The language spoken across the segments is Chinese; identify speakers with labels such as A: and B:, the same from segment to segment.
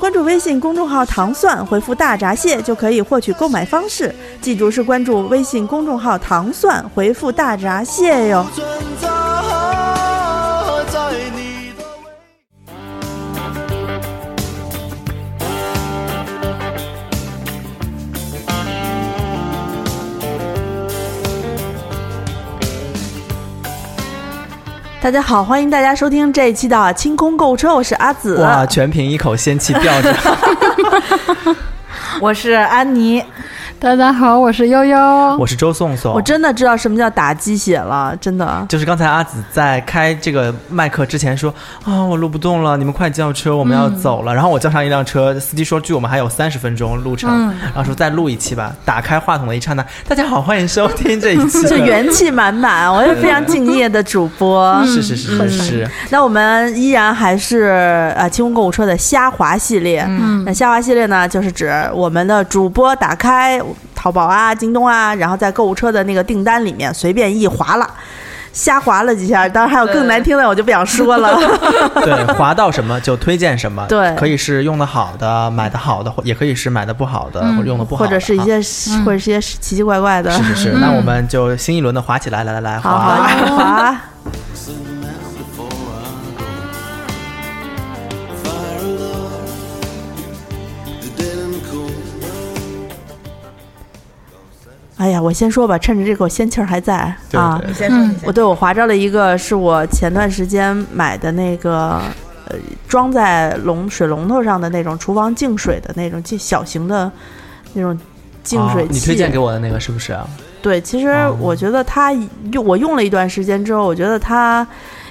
A: 关注微信公众号“糖蒜”，回复“大闸蟹”就可以获取购买方式。记住是关注微信公众号“糖蒜”，回复“大闸蟹”哟。
B: 存在在你的未
A: 大家好，欢迎大家收听这一期的清空购物车，我是阿紫，
C: 哇，全凭一口仙气吊着。
A: 我是安妮。
D: 大家好，我是悠悠。
C: 我是周颂颂，
A: 我真的知道什么叫打鸡血了，真 的。
C: 就是刚才阿紫在开这个麦克之前说啊，我录不动了，你们快叫车，我们要走
A: 嗯
C: 了。然后我叫上一辆车，司机说距我们还有三十分钟路程，
D: 嗯
C: 然后说再录一期吧。打开话筒的一刹那，大家好，欢迎收听这一期的。
A: 就元气满满，我是非常敬业的主播。
C: 是是
A: 嗯
C: 是是是，
A: 那我们依然还是呃清空购物车的虾滑系列。
D: 嗯
A: 那虾滑系列呢，就是指我们的主播打开淘宝啊、京东啊，然后在购物车的那个订单里面随便一划拉，瞎划了几下。当然还有更难听的，我就不想说了。
C: 对，划到什么就推荐什么，
A: 对
C: 可以是用的好的，买的好的，或也可以是买的不好的，或者用的不
A: 嗯
C: 好
A: 或
C: 的，
A: 者是一些，或者是一些奇奇怪怪的
C: 啊。是是是。那我们就新一轮的划起来，来来来，
A: 好
C: 划
A: 好来划，
B: fire of love, you're dead and cold.
A: 哎呀，我先说吧，趁着这口仙气儿还在
C: 对
A: 啊，
C: 对
D: 嗯
A: 我对我划着了一个，是我前段时间买的那个，呃，装在笼水龙头上的那种厨房净水的那种净小型的那种净水
C: 哦
A: 器。
C: 你推荐给我的那个是不是啊？
A: 对，其实
C: 哦
A: 我觉得它用我用了一段时间之后，我觉得它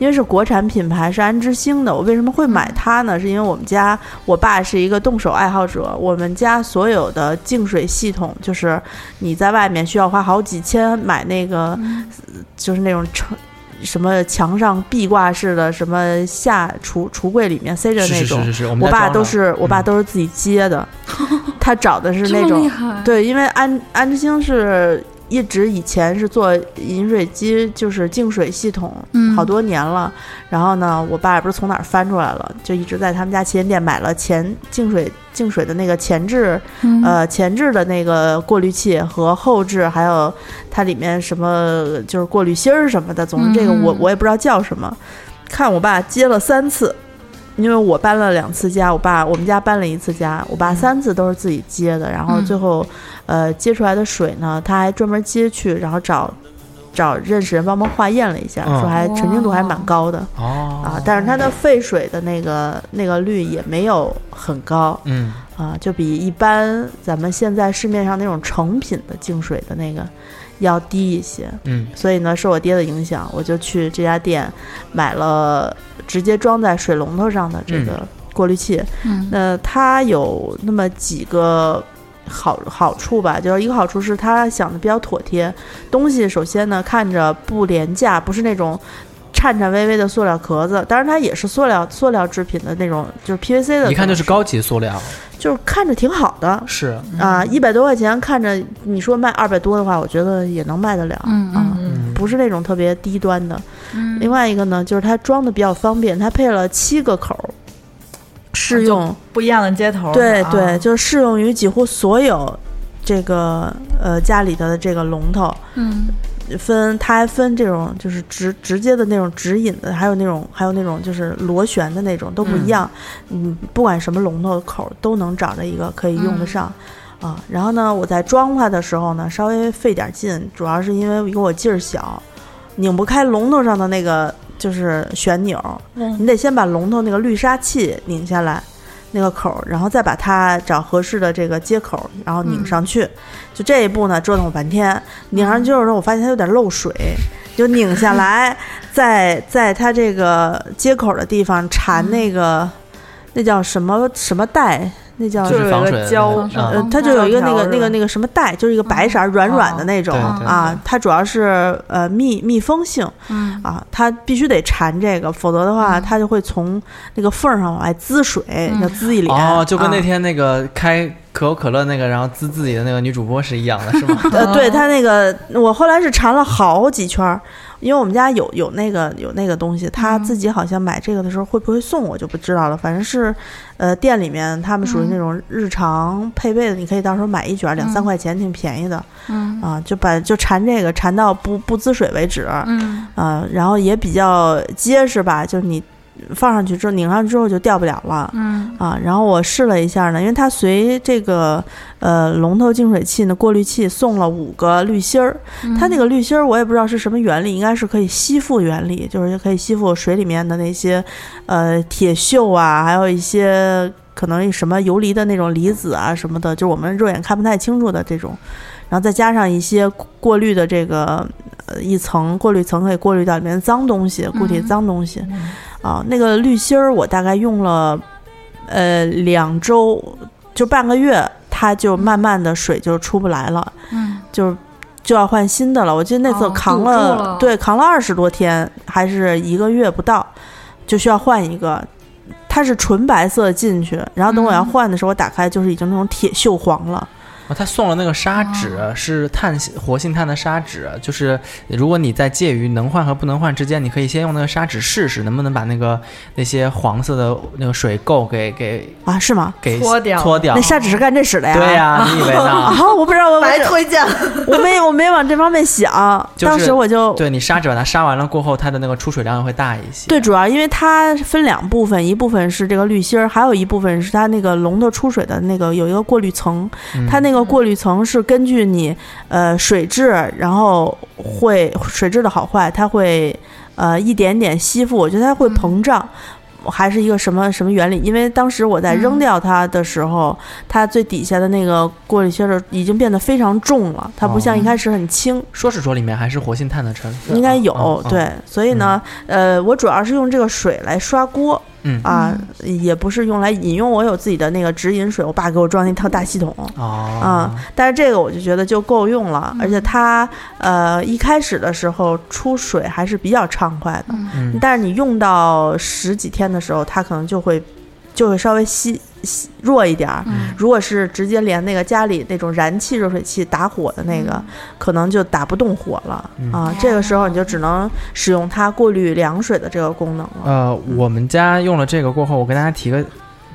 A: 因为是国产品牌，是安之星的。我为什么会
C: 嗯
A: 买它呢？是因为我们家我爸是一个动手爱好者，我们家所有的净水系统，就是你在外面需要花好几千买那个，
C: 嗯
A: 就是那种成。什么墙上壁挂式的，什么下橱橱柜里面塞着
C: 是
A: 那
C: 是
A: 种，
C: 是是是，我们
A: 我
C: 家
A: 爸
C: 装
A: 都
C: 了
A: 是我爸
C: 嗯
A: 都是自己接 的，他找的是
D: 这
A: 那
D: 么
A: 种
D: 厉害，
A: 对，因为安安之星是一直以前是做饮水机，就是净水系统，
D: 嗯
A: 好多年了。然后呢，我爸也不知道从哪儿翻出来了，就一直在他们家旗舰店买了前净水净水的那个前置、
D: 嗯，
A: 呃前置的那个过滤器和后置，还有它里面什么就是过滤芯儿什么的，总之这个我
D: 嗯
A: 我也不知道叫什么。看我爸接了三次。因为我搬了两次家，我爸我们家搬了一次家，我爸三次都是自己接的，然后
D: 嗯
A: 最后，呃，接出来的水呢，他还专门接去，然后找找认识人帮忙化验了一下，
C: 嗯
A: 说还纯净度还蛮高的
C: 哦
A: 啊，但是它的废水的那个那个率也没有很高
C: 嗯，
A: 啊，就比一般咱们现在市面上那种成品的净水的那个要低一些，
C: 嗯，
A: 所以呢，受我爹的影响，我就去这家店买了直接装在水龙头上的这个过滤器。
D: 嗯
A: 那它有那么几个好好处吧，就是一个好处是它想的比较妥帖，东西首先呢看着不廉价，不是那种。颤颤巍巍的塑料壳子，当然它也是塑料塑料制品的那种，就是 PVC 的，
C: 一看就是，高级塑料，
A: 就是看着挺好的
C: 是，
D: 嗯
A: 啊，一百多块钱看着，你说卖二百多的话，我觉得也能卖得了，
D: 嗯
A: 啊，
D: 嗯
C: 嗯，
A: 不是那种特别低端的。
D: 嗯
A: 另外一个呢，就是它装的比较方便，它配了七个口
D: 啊
A: 儿，适用。
E: 不一样的街头。
A: 对
E: 啊
A: 对，，就是适用于几乎所有这个呃家里头的这个龙头。
D: 嗯
A: 分它还分这种就是直直接的那种直引的，还有那种还有那种就是螺旋的那种都不一样。嗯，不管什么龙头口都能找着一个可以用
D: 嗯
A: 得上。啊，然后呢，我在装它的时候呢，稍微费点劲，主要是因为因为我劲儿小，拧不开龙头上的那个就是旋钮，
E: 嗯
A: 你得先把龙头那个滤沙器拧下来，那个口儿，然后再把它找合适的这个接口，然后拧上去。就这一步呢，折腾我半天，拧上去的时候，我发现它有点漏水，就拧下来，在在它这个接口的地方缠那个。那叫什么什么带？那叫
C: 就是防
E: 有一
C: 水
E: 个
C: 的
E: 胶
C: 那种
E: 嗯
A: 呃
C: 啊，
A: 它就有一个那
E: 防
A: 个
E: 潮条是吧
A: 那个那个什么带，就是一个白色儿软软的那种
C: 哦
E: 对
A: 啊，它主要是呃密密封性
E: 嗯
A: 啊，它必须得缠这个，否则的话它就会从那个缝儿上往外滋水，
E: 嗯
A: 要滋一脸。
C: 哦，就跟那
A: 啊
C: 天那个开可口可乐那个，然后滋自己的那个女主播是一样的，是 吗？
A: 呃，
E: 哦
A: 对它那个，我后来是缠了好几圈儿，因为我们家有有那个有那个东西，他
E: 嗯
A: 自己好像买这个的时候会不会送我就不知道了，反正是，呃，店里面他们属
E: 嗯
A: 于那种日常配备的，你可以到时候买一卷儿，两三块钱，挺便宜的
E: 嗯
A: 啊，就把就缠这个缠到不不滋水为止，
E: 嗯
A: 啊，然后也比较结实吧，就是你放上去之后拧上之后就掉不了了。
E: 嗯
A: 啊，然后我试了一下呢，因为它随这个呃龙头净水器呢过滤器送了五个滤芯儿，
D: 嗯
A: 它
E: 嗯
A: 那个滤芯儿我也不知道是什么原理，应该是可以吸附原理，就是可以吸附水里面的那些呃铁锈啊，还有一些可能什么游离的那种离子啊什么的，就是我们肉眼看不太清楚的这种，然后再加上一些过过滤的这个呃一层过滤层可以过滤到里面的脏东西、固体
E: 嗯
A: 脏东西，啊，那个滤芯儿我大概用了呃两周，就半个月，它就慢慢的水就出不来了，
E: 嗯
A: 就是就要换新的了。我记得那次
D: 哦
A: 扛
D: 堵住了
A: 对扛了二十多天，还是一个月不到，就需要换一个。它是纯白色进去，然后等我要
E: 嗯
A: 换的时候，我打开就是已经那种铁锈黄了。
C: 啊，他送了那个砂纸，
A: 哦
C: 是碳活性炭的砂纸，就是如果你在介于能换和不能换之间，你可以先用那个砂纸试试，能不能把那个那些黄色的那个水垢给给
A: 啊，是吗？
C: 给
E: 搓掉
C: 搓掉。
A: 那砂纸是干这使的呀？
C: 哦对呀、你以为
A: 啊，
C: 呢？
A: 我不知道，我
E: 白推荐了，
A: 我没我没往这方面想，
C: 就是
A: 当时我就
C: 对你砂纸把它砂完了过后，它的那个出水量会大一些。
A: 对，主要因为它分两部分，一部分是这个滤芯儿，还有一部分是它那个龙头出水的那个有一个过滤层，
C: 嗯
A: 它那个过滤层是根据你呃水质，然后会水质的好坏，它会呃一点点吸附，我觉得它会膨胀。还是一个什么什么原理？因为当时我在
C: 嗯
A: 扔掉它的时候，它最底下的那个过滤芯儿已经变得非常重了，它不
C: 哦
A: 像一开始很轻。
C: 说是说里面还是活性炭的成分，
A: 应该有、
C: 嗯嗯
A: 对，所以呢，呃，我主要是用这个水来刷锅，
C: 嗯
A: 啊，也不是用来饮用。我有自己的那个直饮水，我爸给我装了一套大系统。
C: 哦，嗯
A: 啊、但是这个我就觉得就够用了，而且它呃一开始的时候出水还是比较畅快的，
C: 嗯
A: 但是你用到十几天的时候，它可能就会就会稍微稀稀弱一点儿。
D: 嗯
C: 嗯
A: 如果是直接连那个家里那种燃气热水器打火的那个，可能就打不动火了、
C: 嗯
A: 啊。这个时候你就只能使用它过滤凉水的这个功能了。
C: 呃，我们家用了这个过后，我跟大家提个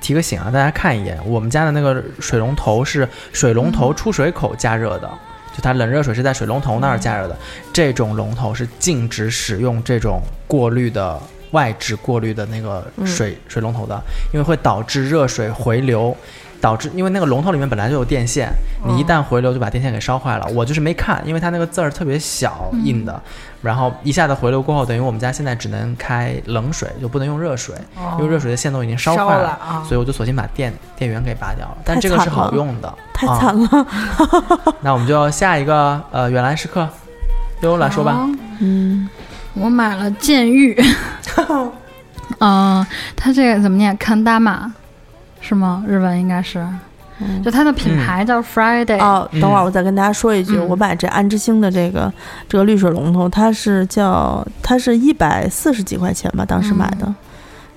C: 提个醒啊，大家看一眼，我们家的那个水龙头是水龙
A: 嗯
C: 头出水口加热的，就它冷热水是在水龙头那儿加热的。
A: 嗯
C: 这种龙头是禁止使用这种过滤的外置过滤的那个
A: 嗯
C: 水、水龙头的，因为会导致热水回流。导致，因为那个龙头里面本来就有电线，
E: 哦
C: 你一旦回流就把电线给烧坏了。我就是没看，因为它那个字儿特别小印的，
E: 嗯
C: 然后一下子回流过后，等于我们家现在只能开冷水，就不能用热水，因为热水的线都已经烧坏
E: 哦烧了啊
C: 所以我就索性把电电源给拔掉了。但
A: 太
C: 这个
A: 惨
C: 是好
A: 了
C: 用的，
A: 太
C: 啊
A: 惨了，
C: 那我们就下一个呃，远来时刻，悠悠来说
E: 哦
C: 吧。。
A: 嗯，
D: 我买了剑玉， 嗯，它这个怎么念？看大马是吗？日文应该是，就它的品牌叫 Friday，、
A: 嗯哦，等会儿
C: 嗯
A: 我再跟大家说一句，
D: 嗯
A: 我把这安之星的这个这个绿水龙头，它是叫它是一百四十几块钱吧，当时买
C: 嗯
A: 的，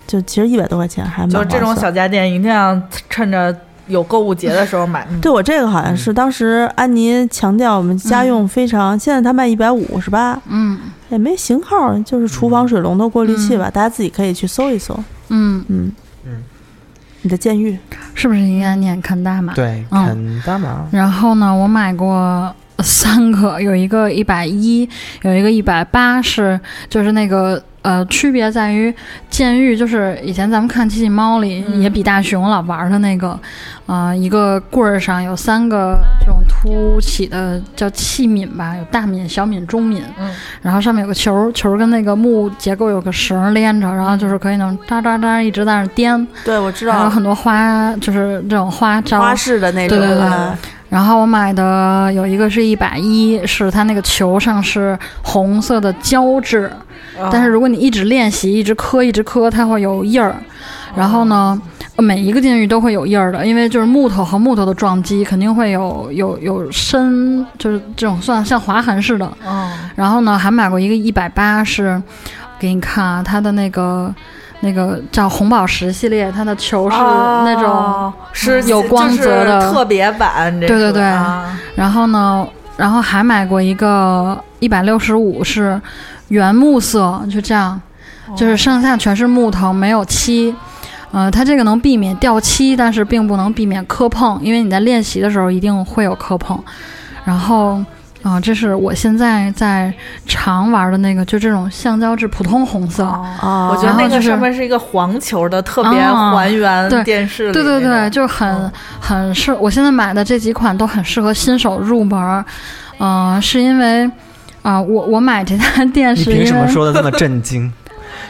A: 就其实一百多块钱还蛮
E: 就
A: 划
E: 这种
A: 算
E: 小家电一定要趁着有购物节的时候买。 嗯
A: 对我这个好像是当时安妮强调我们家用非常，现在它卖一百五是吧？
D: 嗯
A: 也没型号，就是厨房水龙头过滤器吧，大家自己可以去搜一搜。
D: 嗯，
A: 嗯
C: 嗯，
A: 你的监狱
D: 是不是应该念看大马？
C: 对，
D: 嗯
C: 肯大马，
D: 然后呢，我买过三个， 有一个一百一，有一个一百八，是就是那个呃，区别在于监狱，就是以前咱们看《机器猫》里
E: 嗯
D: 也比大熊老玩的那个，啊，一个棍儿上有三个这种凸起的叫器皿吧，有大皿、小皿、中皿，
E: 嗯
D: 然后上面有个球儿，球儿跟那个木结构有个绳儿连着，然后就是可以那种哒哒哒一直在那儿颠，
A: 对我知
D: 还有很多花，就是这种花招，
A: 花式的那种，
D: 对对对
A: 啊
D: 然后我买的有一个是一百一，是它那个球上是红色的胶质，
E: 哦啊
D: 但是如果你一直练习，一直磕，一直磕，它会有印儿。然后呢，每一个监狱都会有印儿的，因为就是木头和木头的撞击，肯定会有有有深，就是这种算像划痕似的。
E: 哦，
D: 然后呢，还买过一个一百八，是给你看啊，它的那个那个叫红宝石系列，它的球是那种，
E: 哦是
D: 有光泽的
E: 就是特别版，这
D: 对对
E: 是
D: 对
E: 啊
D: 然后呢，然后还买过一个一百六十五是原木色，就这样，就是上下全是木头，没有漆。呃，它这个能避免掉漆，但是并不能避免磕碰，因为你在练习的时候一定会有磕碰。然后，啊、这是我现在在常玩的那个，就这种橡胶制普通红色。
E: 哦
A: 啊，
E: 我觉得
D: 然后
E: 那
D: 就
E: 个
D: 是
E: 上面是一个黄球的，特别
D: 啊
E: 还
D: 对
E: 原电视里
D: 对对
E: 那
D: 对，
E: 种
D: 就是很、
E: 嗯
D: 很适。我现在买的这几款都很适合新手入门儿，嗯、是因为啊、我我买这 家店
C: 你
D: 是
C: 凭什
D: 因
C: 么
D: 为
C: 说的这么 震惊？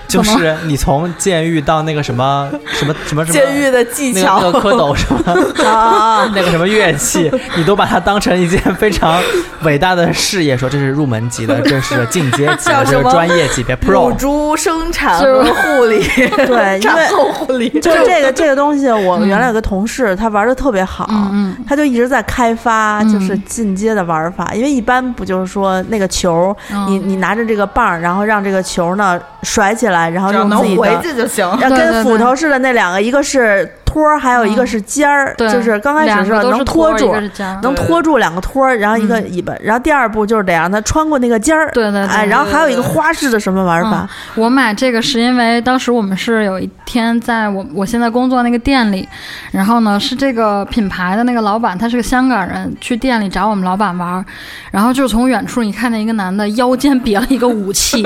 C: 就是你从监狱到那个什么什么什么什么
E: 监狱的技
C: 那
E: 巧
C: 个那个 蝌蚪什么
E: 啊，
C: 那个什么乐器，你都把它当成一件非常伟大的事业，说这是入门级的，这是进阶级的，
E: 叫
C: 这
E: 什
C: 是
E: 么
C: 专业级别
E: 乳
C: pro。
E: 猪生产和护 理，
A: 对，因
E: 产
A: 为
E: 后护理，
A: 就这个这个东西，我原来有个同事，他玩的特别好，
D: 嗯嗯
A: 他就一直在开发，
D: 嗯
A: 就是进阶的玩法。因为一般不就是说那个球，
D: 嗯
A: 你你拿着这个棒儿，然后让这个球呢甩起来，然后
E: 只要
A: 用
E: 能
A: 自己
E: 回
A: 的，
E: 去就行。
A: 然后
D: 对
A: 跟
D: 对
A: 斧
D: 对
A: 头似的那两个，一个是托儿，还有一个
D: 嗯
A: 是尖儿，
D: 对，
A: 就是刚开始的
D: 两
A: 时
D: 个
A: 候
D: 都是
A: 能托
D: 一
A: 住
D: 个。是尖儿
A: 能托住两个托儿，然后一个尾巴，然后第二步就是得让它穿过那个尖儿，
D: 对对对
A: 哎，然后还有一个花式的什么玩法，
D: 我买这个是因为当时我们是有一天在我我现在工作那个店里，然后呢是这个品牌的那个老板，他是个香港人，去店里找我们老板玩儿，然后就是从远处你看见一个男的腰间别了一个武器，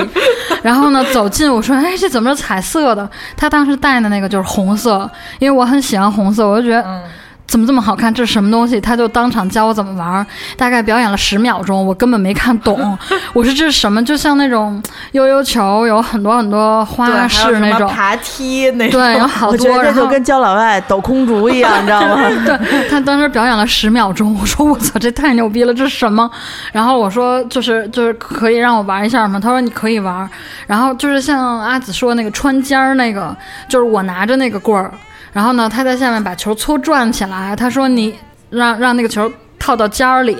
D: 然后呢走近我说，哎，这怎么是彩色的？他当时戴的那个就是红色，因为我很喜欢红色，我就觉得。
E: 嗯
D: 怎么这么好看？这是什么东西？他就当场教我怎么玩儿，大概表演了十秒钟，我根本没 看懂。我说这是什么？就像那种悠悠球，有很多很多
E: 对，
D: 花
E: 还有
D: 式
E: 什
D: 那
E: 么
D: 种，
E: 爬梯那
D: 对，
E: 种，
D: 有好
A: 我觉
D: 多。
A: 得这
D: 然
A: 就
D: 后
A: 跟教老外抖空竹一 样，你知道吗？
D: 对 他当时表演了十秒钟，我说我操，这太牛逼了，这是什么？然后我说就是就是可以让我玩一下吗？他说你可以玩。然后就是像阿紫说那个穿尖儿那个，就是我拿着那个棍儿，然后呢他在下面把球搓转起来，他说你让让那个球。套到尖儿里，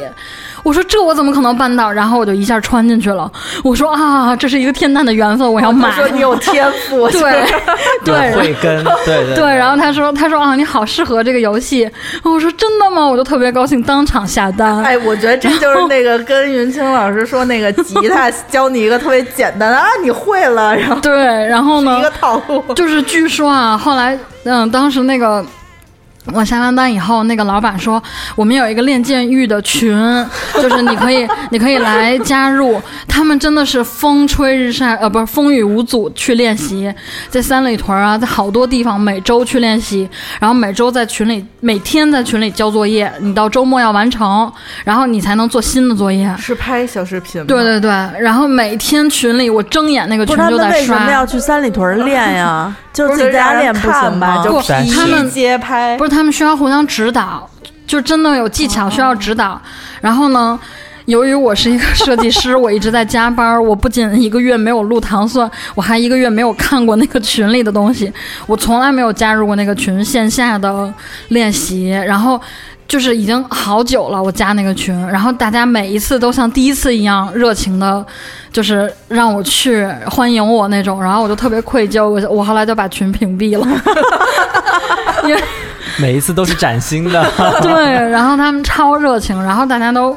D: 我说这我怎么可能办到？然后我就一下穿进去了。我说啊，这是一个天大的缘分，我要买
E: 哦他。说你有天赋，
D: 对
E: 就是
D: 对，然后
C: 慧根，对对
D: 对，然后他说：“他说啊，你好适合这个游戏。”我说：“真的吗？”我就特别高兴，当场下 单。
E: 哎，我觉得这就是那个跟云清老师说那个吉 他教你一个特别简单的啊，你会了，然后
D: 对，然后呢
E: 一个，套路。
D: 就是据说啊，后来嗯，当时那个。我下完单以后，那个老板说我们有一个练剑狱的群， 就是你可以，你可以来加入。他们真的是风吹日晒，呃，不是风雨无阻去练习，在三里屯啊，在好多地方每周去练习，然后每周在群里，每天在群里交作业，你到周末要完成，然后你才能做新的作业。
E: 是拍小视频吗？
D: 对对对，然后每天群里我睁眼那个
A: 不
D: 群
A: 是他
D: 就
A: 们
D: 在
A: 为什
D: 刷
A: 么。要去三里屯练 呀？就
E: 不
A: 是
E: 是
A: 自己在家
E: 让人
A: 练不
E: 看
A: 行
E: 吗
A: 吗？
C: 不
D: 不，
C: 山
D: 他们
E: 一街拍
D: 不是他们需要互相指导，就真的有技巧需要指导。然后呢，由于我是一个设计师，我一直在加班儿，我不仅一个月没有录糖蒜，我还一个月没有看过那个群里的东西，我从来没有加入过那个群线下的练习，然后。就是已经好久了，我加那个群，然后大家每一次都像第一次一样热情的，就是让我去欢迎我那种，然后我就特别愧疚，我我后来就把群屏蔽了。
C: 每一次都是崭新的。
D: 对，然后他们超热情，然后大家都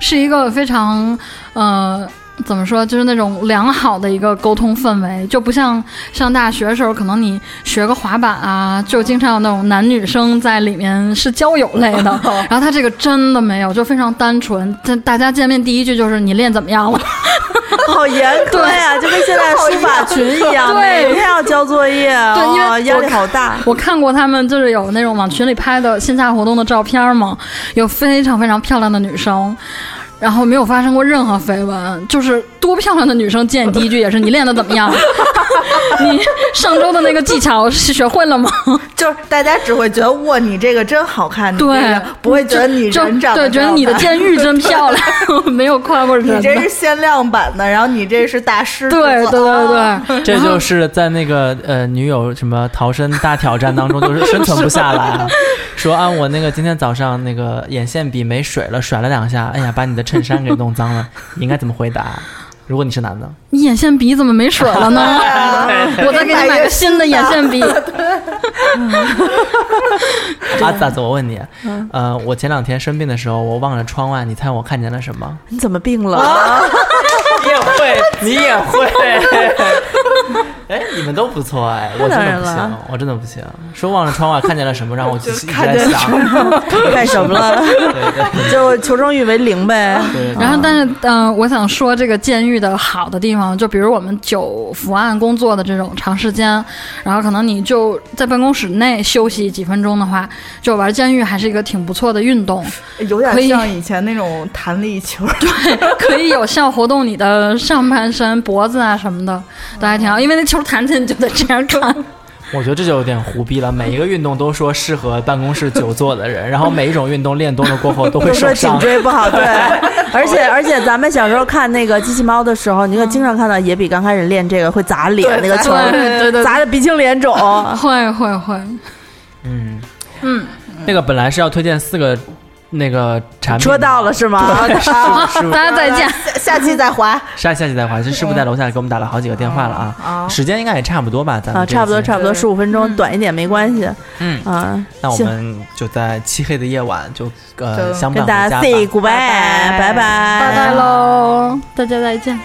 D: 是一个非常呃。怎么说？就是那种良好的一个沟通氛围，就不像上大学的时候，可能你学个滑板啊，就经常有那种男女生在里面是交友类的。然后他这个真的没有，就非常单纯。这大家见面第一句就是你练怎么样了？
A: 好严格呀，就跟现在书法群一样，
D: 对
A: 每天要交作业，
D: 对因为
A: 哇，
D: 我
A: 压力好 大。
D: 我看过他们就是有那种往群里拍的线下活动的照片嘛，有非常非常漂亮的女生，然后没有发生过任何绯闻，就是多漂亮的女生见你第一句也是你练的怎么 样？ 你上周的那个技巧学会了吗？
E: 就是大家只会觉得哇，你这个真好看，你这
D: 对
E: 个，不会觉得你
D: 就
E: 人长得
D: 对，觉得
E: 真
D: 你的
E: 好看
D: 监狱真漂亮， 没有夸过人的。
E: 你这是限量版的，然后你这是大师制作，啊
D: 对对对对，
C: 这就是在那个呃女友什么逃生大挑战当中，就是生存不下来 啊。说啊，我那个今天早上那个眼线笔没水了，甩了两下，哎呀，把你的衬衫给弄脏了，你应该怎么回答？如果你是男的，
D: 你眼线笔怎么没水了呢？我再给你买个新的眼线笔。
C: 阿啊子阿子，我问你，呃，我前两天生病的时候，我望着窗外，你猜我看见了什么？
A: 你怎么病了？
C: 你也会，你也会。 哎，你们都不错哎，我真
A: 当然
C: 的不行
A: 了，
C: 我真的不行。说望着窗外看见了什么， 让我就一直
A: 看
C: 在
A: 见
C: 想，
A: 干什么了？
C: 对对
A: 就求生欲为零呗。
C: 对。
D: 然后，但是，嗯、我想说这个监狱的好的地方，就比如我们久伏案工作的这种长时间，然后可能你就在办公室内休息几分钟的话，就玩监狱还是一个挺不错的运 动，
E: 有
D: 可以
E: 点像以前那种弹力球，
D: 可以有效活动你的上半身、脖子啊什么的，都还挺好。因为那球弹进去就得这样看，
C: 我觉得这就有点胡逼了。每一个运动都说适合办公室久坐的人，然后每一种运动练多了过后都会
A: 都说
C: 受
A: 颈
C: 伤。
A: 椎不好，对，而且而且咱们小时候看那个机器猫的时候，你就经常看到野比刚开始练这个会砸脸那个球，
D: 对对对，
A: 砸的鼻青脸肿。
D: 会会会，
C: 嗯
D: 嗯，
C: 那个本来是要推荐四个那个产品，
A: 车到了是吗？ 啊
D: 好，大家再见。
E: 下下期再滑。
C: 下下期再还。这师傅在楼下给我们打了好几个电话了啊，时间应该也差不多吧？咱们
A: 哦啊，
C: 这
A: 差不多
C: 期
A: 差不多，
E: 对
A: 十五分钟短一点没关系
C: 嗯，
A: 啊。
C: 那我
A: 行，
C: 们就在漆黑的夜晚就呃
E: 就
C: 相
A: 跟
C: 伴回
A: 大家
C: 家吧。
A: say goodbye，
E: 拜拜
A: 拜
D: 拜拜喽，大家再见。